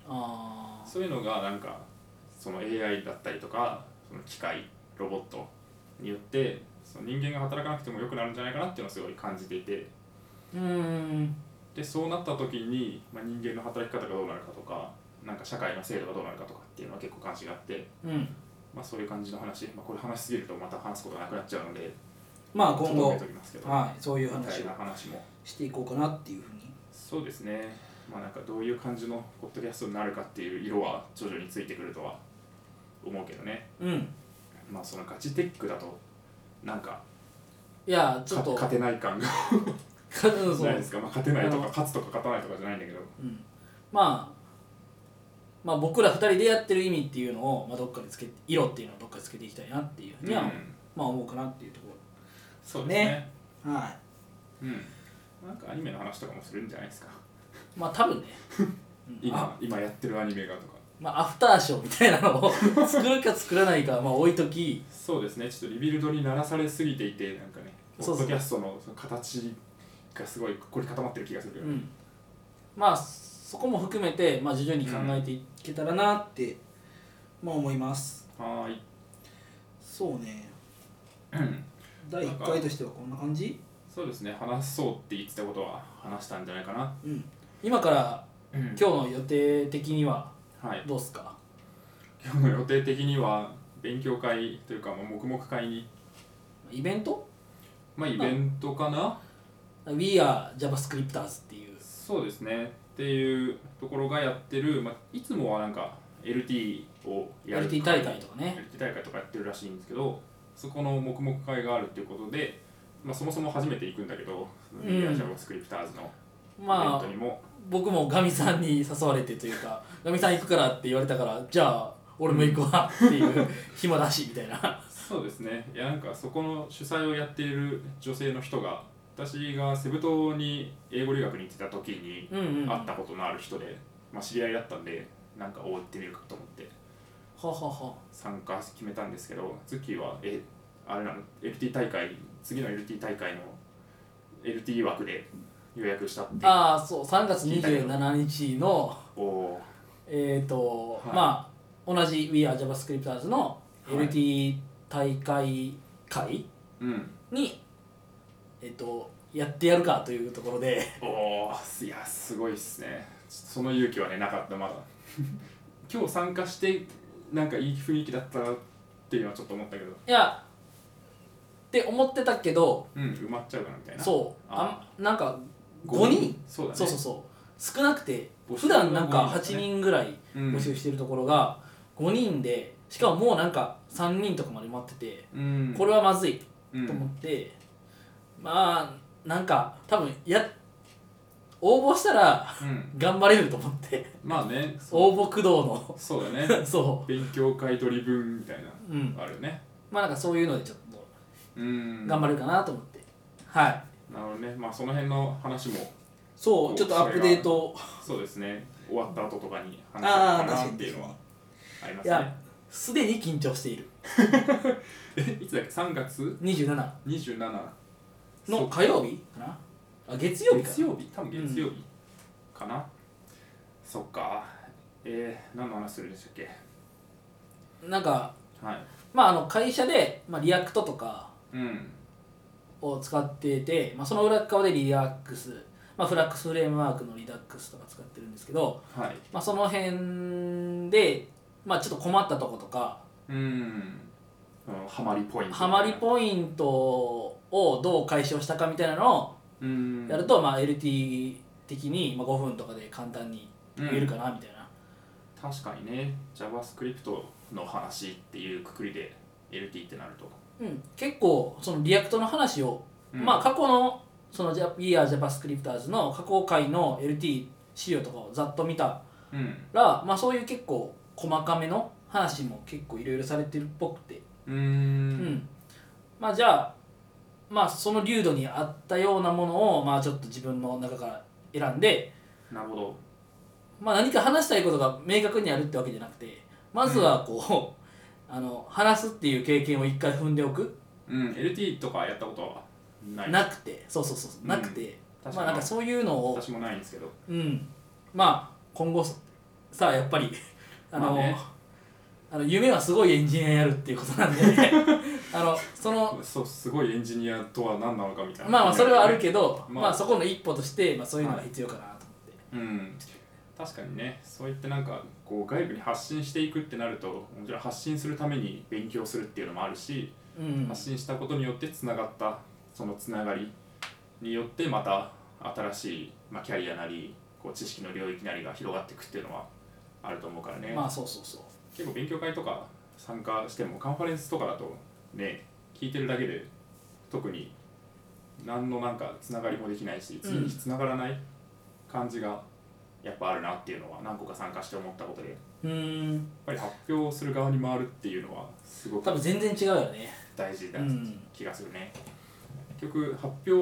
S1: あー
S2: そういうのがなんかその AI だったりとかその機械ロボットによってその人間が働かなくても良くなるんじゃないかなっていうのをすごい感じていて
S1: うーん
S2: でそうなった時に、まあ、人間の働き方がどうなるかとかなんか社会の制度がどうなるかとかっていうのは結構関心があって、
S1: うん
S2: まあ、そういう感じの話、まあ、これ話しすぎるとまた話すことがなくなっちゃうので
S1: まあ
S2: ちょっ
S1: 今
S2: と
S1: 後
S2: めときますけどみ
S1: はいそういう
S2: た
S1: 話
S2: い
S1: を
S2: な話も
S1: していこうかなっていうふうに
S2: そうですねまあなんかどういう感じのポッドキャストになるかっていう色は徐々についてくるとは思うけどね
S1: うん
S2: まあそのガチテックだとなんか
S1: いやちょ
S2: か
S1: っと
S2: 勝てない感が
S1: かうん *laughs* そ
S2: ないで
S1: う
S2: すか、まあ、勝てないと
S1: あ
S2: か
S1: の
S2: 勝つとか勝たないとかじゃないんだけど
S1: うんまあまあ僕ら二人でやってる意味っていうのを、まあ、どっかでつけ色っていうのをどっかでつけていきたいなっていうふうには、
S2: うん
S1: まあ思うかなっていうとこ
S2: そうですね
S1: ねろはい
S2: うんなんかアニメの話とかもするんじゃないですか
S1: まあ多分ねうんあ
S2: 今今やってるアニメがとか
S1: まあアフターショーみたいなのを *laughs* 作るか作らないかはまあ置いとき
S2: そうですねちょっとリビルドにならされすぎていてなんかねポ
S1: そう
S2: ッ
S1: そ
S2: ド
S1: う
S2: キャストのその形がすごい凝り固まってる気がするけど、
S1: うん、まあそこも含めて、まあ、徐々に考えていけたらなって、まあ、思います
S2: はーい
S1: そうね
S2: うん
S1: 第1回としてはこんな感じ
S2: そうですね話そうって言ってたことは話したんじゃないかな、
S1: うん今から
S2: うん
S1: 今日の予定的には
S2: はい、
S1: どうっすか
S2: 今日の予定的には勉強会というか、まあ、黙々会に
S1: イベント
S2: まあイベントかな
S1: ?We are JavaScripters っていう
S2: そうですねっていうところがやってる、まあ、いつもはなんか LT をやる
S1: LT 大会とかね
S2: LT 大会とかやってるらしいんですけどそこの黙々会があるっていうことで、まあ、そもそも初めて行くんだけど、
S1: うん
S2: リアジャブスクリプターズのイベン
S1: ま
S2: トに
S1: あ
S2: も、
S1: 僕もガミさんに誘われてというかガミさん行くからって言われたからじゃあ俺も行くわっていう *laughs* 暇だしみた
S2: *laughs*
S1: いな
S2: そうですねいやなんかそこの主催をやっている女性の人が私がセブ島に英語留学に行ってた時に
S1: うんうん
S2: 会っ
S1: は
S2: たことのある人で、まあ、知り合いだったんでなんか追ってみるかと思って
S1: はは
S2: 参加決めたんですけどズッキーはえあれなの LT 大会次の LT 大会の LT 枠で予約したって
S1: ああそう3月27日の
S2: おお
S1: えっ、と、
S2: はい
S1: まあ同じ We Are JavaScripters の LT 大会会
S2: ーうん
S1: に、えっ、とやってやるかというところで
S2: おおいやすごいっすねちょっとその勇気はねなかったまだ *laughs* 今日参加してなんかいい雰囲気だったなっていうのはちょっと思ったけど
S1: いやって思ってたけど
S2: うん埋まっちゃうかなみたいな
S1: そうあ
S2: あ
S1: んなんか
S2: 五
S1: 5人
S2: そうだね
S1: そうそうそう少なくて
S2: 募集
S1: 普段なんか
S2: が多いんだね
S1: 8人ぐらい
S2: うん
S1: 募集してるところが5人でしかももうなんか3人とかまで待ってて
S2: うん
S1: これはまずい
S2: うん
S1: と思って、まあなんか多分や応募したら
S2: うん
S1: 頑張れると思って
S2: まあねそう
S1: 応募駆動の
S2: そうだ
S1: *laughs*
S2: ね
S1: そ
S2: 勉強会取り分みたいな
S1: ううん
S2: あるよね
S1: まあなんかそういうのでちょっと
S2: うん
S1: 頑張れるかなと思って、はい
S2: なるほどねまあその辺の話も
S1: そ
S2: お
S1: うちょっとアップデート
S2: そうですね終わった後とかに話
S1: あ
S2: せ
S1: あ
S2: るかなっ
S1: 確か
S2: て
S1: に
S2: いうのはありま
S1: い
S2: すね
S1: やすでに緊張している
S2: え *laughs* いつだっけ3月
S1: 27
S2: 27
S1: の
S2: そう
S1: 火曜日かなあ月曜日か
S2: 月曜日多分月曜日かな、そっかえー、何の話するんでしたっけ
S1: なんか
S2: はい
S1: まああの会社で、まあ、リアクトとか
S2: うん
S1: を使ってて、まあ、その裏側でリラックス、まあ、フラックスフレームワークのリラックスとか使ってるんですけど、
S2: はい
S1: まあ、その辺で、まあ、ちょっと困ったとことか
S2: うんあのハマりポイント
S1: ハマりポイントをどう解消したかみたいなのを
S2: うん
S1: やると、まあ、LT 的にまあ5分とかで簡単に言えるかなみたいな、
S2: 確かにね JavaScript の話っていうくくりで LT ってなると、
S1: うん結構そのリアクトの話を、
S2: うん
S1: まあ過去のその We Are JavaScripters の過去回の LT 資料とかをざっと見た
S2: うん
S1: ら、まあ、そういう結構細かめの話も結構いろいろされてるっぽくて、
S2: うー
S1: うんんまあ、じゃあ、まあ、その流度に合ったようなものを、まあ、ちょっと自分の中から選んで、
S2: なるほど
S1: まあ、何か話したいことが明確にあるってわけじゃなくてまずはこう、 *laughs* あの話すっていう経験を一回踏んでおく
S2: うん、LT とかやったことはない
S1: なくてそうそうそう
S2: うん
S1: なくて、
S2: 確
S1: まあ、なんかそういうのを、
S2: 私もないんですけど
S1: うんまあ、今後さあやっぱり *laughs* あの、
S2: まあね
S1: あの夢はすごいエンジニアやるっていうことな
S2: *laughs*
S1: んであのその
S2: そうすごいエンジニアとは何なのかみたいな
S1: まあまあそれはあるけど、
S2: ま
S1: ま
S2: あ
S1: あ、そこの一歩として、まあ、そういうのが必要かなと思って、
S2: うん確かにねそういってなんかこう外部に発信していくってなるともちろん発信するために勉強するっていうのもあるし、
S1: うん
S2: 発信したことによってつながったそのつながりによってまた新しい、まあ、キャリアなりこう知識の領域なりが広がっていくっていうのはあると思うからね、
S1: まあそうそうそう
S2: 結構勉強会とか参加してもカンファレンスとかだとね聞いてるだけで特に何のなんかつながりもできないし次につながらない感じがやっぱあるなっていうのは何個か参加して思ったことでやっ
S1: うーん
S2: ぱり発表する側に回るっていうのはすご
S1: 多
S2: く
S1: 分全然違うよね
S2: 大事だ
S1: うん
S2: 気がするね、結局発表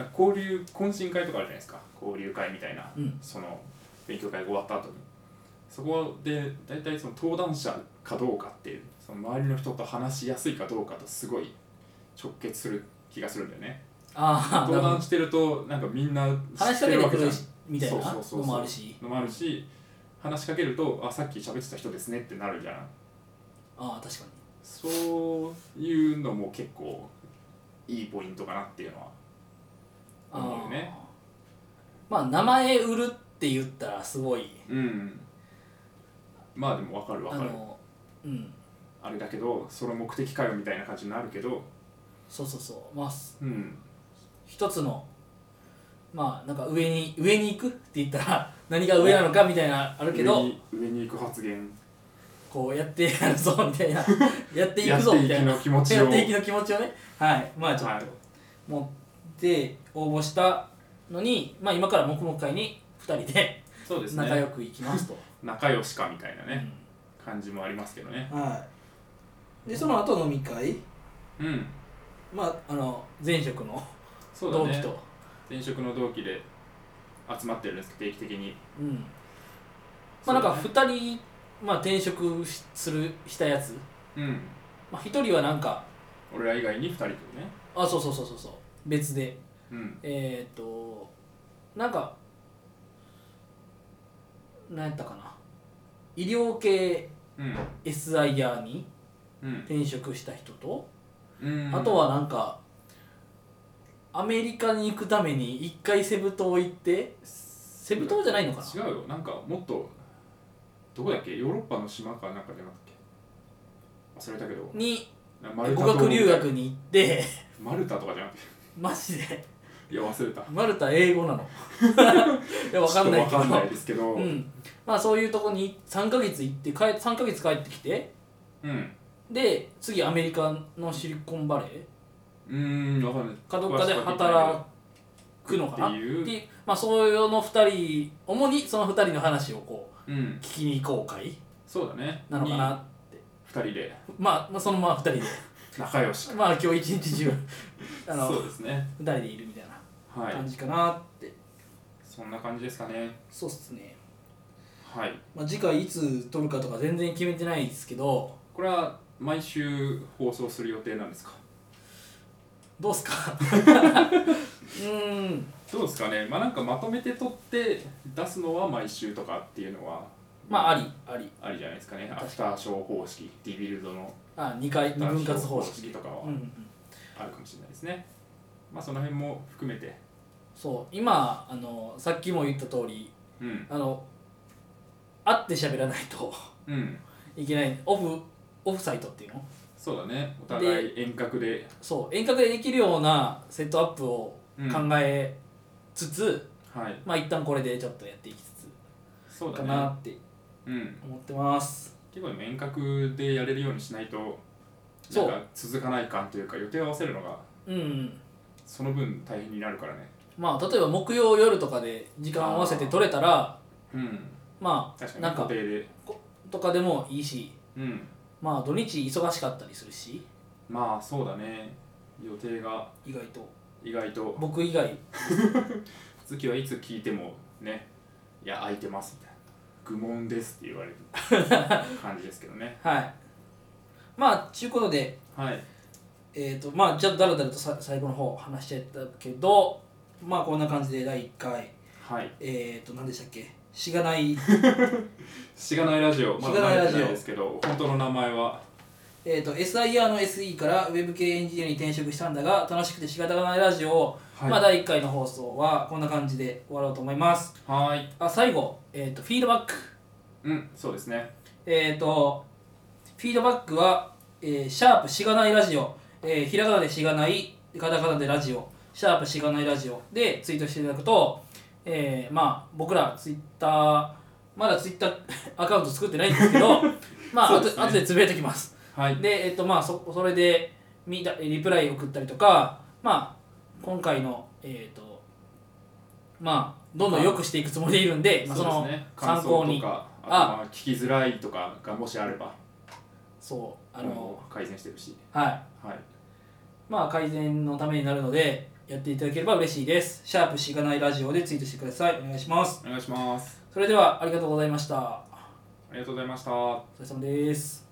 S2: あ交流懇親会とかあるじゃないですか交流会みたいな、
S1: うん
S2: その勉強会が終わった後にそこで大体その登壇者かどうかっていうその周りの人と話しやすいかどうかとすごい直結する気がするんだよね
S1: ああな
S2: 登
S1: るほど
S2: 壇してるとなんかみんな
S1: 話し
S2: 知って
S1: かけ
S2: る
S1: て
S2: わ
S1: く
S2: けじゃ
S1: る
S2: ん
S1: みたい
S2: そう
S1: な
S2: そうそうそう
S1: のもあるし
S2: のもあるし話しかけるとあさっき喋ってた人ですねってなるじゃん
S1: ああ確かに
S2: そういうのも結構いいポイントかなっていうのは
S1: あ
S2: 思うよね
S1: あまあ名前売るって言ったらすごい
S2: うんまあでも分かる
S1: あ
S2: 分かる
S1: のうん
S2: あれだけどその目的かよみたいな感じになるけど
S1: そうそうそうまあす
S2: うん
S1: 一つのまあなんか上に上に行くって言ったら *laughs* 何が上なのかみたいなあるけ
S2: 上
S1: ど
S2: に上に行く発言
S1: こうやってやるぞみた
S2: *laughs*
S1: いなやってい
S2: や
S1: く
S2: っ
S1: ぞ
S2: て
S1: み
S2: い
S1: た
S2: き
S1: いな
S2: の気持ち
S1: *laughs* や
S2: を
S1: っていきの気持ちをねはいまあちょっと、
S2: はい
S1: 持って応募したのに、まあ、今から黙々会に2人で
S2: そうです
S1: 仲良
S2: ね
S1: く行きますと。
S2: 仲良しかみたいなね感じもありますけどね
S1: うんはい、でその後飲み会、
S2: うん
S1: まあ、あの前職の
S2: そうだ
S1: 同期
S2: ね
S1: と
S2: 前職の同期で集まってるんですけど定期的に
S1: うんまあ、なんか
S2: そう
S1: 2人、まあ、転職しするしたやつ、
S2: だねうん
S1: まあ、1人はなんか
S2: 俺ら以外に2人とね
S1: あそうそうそうそうそう別で
S2: うん
S1: えーっ、となんかなんやったかな医療系
S2: うん
S1: SIR に
S2: うん
S1: 転職した人と、
S2: うん
S1: あとはなんかアメリカに行くために一回セブ島行ってセブ島じゃないのかな
S2: 違うよなんかもっとどこだっけヨーロッパの島かなんかじゃなくて忘れたけど
S1: に
S2: なマルタ
S1: 語
S2: と
S1: 学留学に行って *laughs*
S2: マルタとかじゃなくて
S1: マジで
S2: いや忘れた
S1: マルタ英語
S2: *laughs*
S1: なのいやわかんないけ
S2: ちょっとわかんない
S1: ど
S2: ですけど
S1: う、んまあそういうとこに3ヶ月行って帰3ヶ月帰ってきて
S2: うん
S1: で次アメリカのシリコンバレー
S2: うーん、わかんない。
S1: かどっかで働くのかな
S2: っていう
S1: でまあそういうの2人主にその2人の話をこう
S2: うん、
S1: 聞きに行こう会
S2: そうだね。
S1: なのかな
S2: 二人で
S1: まあ、まあ、そのまま2人で、
S2: 仲良し。
S1: まあ今日一日中あの
S2: そうですね。
S1: 2人でいるみたいな
S2: はい。
S1: 感じかなって、
S2: そんな感じですかね。
S1: そうっすね、
S2: はい。
S1: まあ、次回いつ撮るかとか全然決めてないですけど
S2: これは毎週放送する予定なんですか。
S1: どうっすかうーん
S2: どうですかね。まあなんかまとめて撮って出すのは毎週とかっていうのは、
S1: まああ
S2: り。
S1: りあり
S2: ありじゃないですかね。
S1: 確
S2: ア
S1: かに
S2: フターショー方式、ディビルドの
S1: あ2回二分割
S2: ア
S1: 方
S2: フターシ
S1: 式
S2: ョーとか
S1: うんう
S2: は
S1: ん
S2: あるかもしれないですね。まあその辺も含めて、
S1: そう今あのさっきも言った通り
S2: うん、
S1: あの会って喋らないと *laughs*
S2: うん、
S1: いけないオフオフサイトっていうの
S2: そうだね。お互い遠隔で、
S1: そう遠隔でできるようなセットアップを
S2: うん
S1: 考えつつ、
S2: はい、
S1: まあ一旦これでちょっとやっていきつ
S2: そう
S1: つ
S2: だ
S1: か
S2: ね。
S1: なって
S2: うん。
S1: 思ってます、
S2: 結構でも遠隔でやれるようにしないと
S1: そ
S2: な
S1: うん
S2: か続かない感というか予定を合わせるのが
S1: うん、うん
S2: その分大変になるからね
S1: まあ例えば木曜夜とかで時間合わせて取れたら
S2: うん
S1: ま
S2: 確か
S1: あ
S2: に
S1: なん
S2: 固
S1: か
S2: 定で
S1: とかでもいいし
S2: うん
S1: まあ土日忙しかったりするし
S2: まあそうだね予定が
S1: 意外と
S2: 意外と
S1: 僕以外
S2: 月はいつ聞いてもねいや空いてますみたいな愚問ですって言わ
S1: *laughs*
S2: れる感じですけどね
S1: はいまあちゅうことで
S2: はい
S1: えー、とまあちょっとだらだらとさ最後の方話しちゃったけどまあこんな感じで第1回
S2: はい
S1: えっ、ー、と何でしたっけしがない
S2: しがないラジオま
S1: しが
S2: だ
S1: な
S2: 慣
S1: いラ
S2: れ
S1: ジオ
S2: てないですけど本当の名前は
S1: えー、と SIR の SE からウェブ系エンジニアに転職したんだが楽しくて仕方がないラジオを、
S2: はい
S1: まあ、第1回の放送はこんな感じで終わろうと思います
S2: はーい
S1: あ最後、えー、とフィードバック
S2: うんそうですね
S1: えっ、とフィードバックは、えーシャープしがないラジオ、えーひらがなでしがないカタカナでラジオシャープしがないラジオでツイートしていただくと、えーまあ僕らツイッターまだツイッターアカウント作ってないんです
S2: *laughs*
S1: けどまあ
S2: そう
S1: あ
S2: ですね
S1: と後でつぶやいてきます
S2: はい
S1: で、えっとまあ、そそれでみだリプライ送ったりとか、まあ、今回の、えっとまあ、どんどん良くしていくつもりでいるんで、まあ、そ
S2: そう
S1: の
S2: ですね
S1: 参考に
S2: 感想とかあと
S1: あ
S2: まあ聞きづらいとかがもしあれば
S1: そうあ
S2: あの
S1: の、
S2: 改善してるし、
S1: はい
S2: はい、
S1: まあ、改善のためになるのでやっていただければ嬉しいです。シャープしがないラジオでツイートしてください。お願いします。
S2: お願いします
S1: それではありがとうございました。
S2: ありがとうございました
S1: お疲れ様です。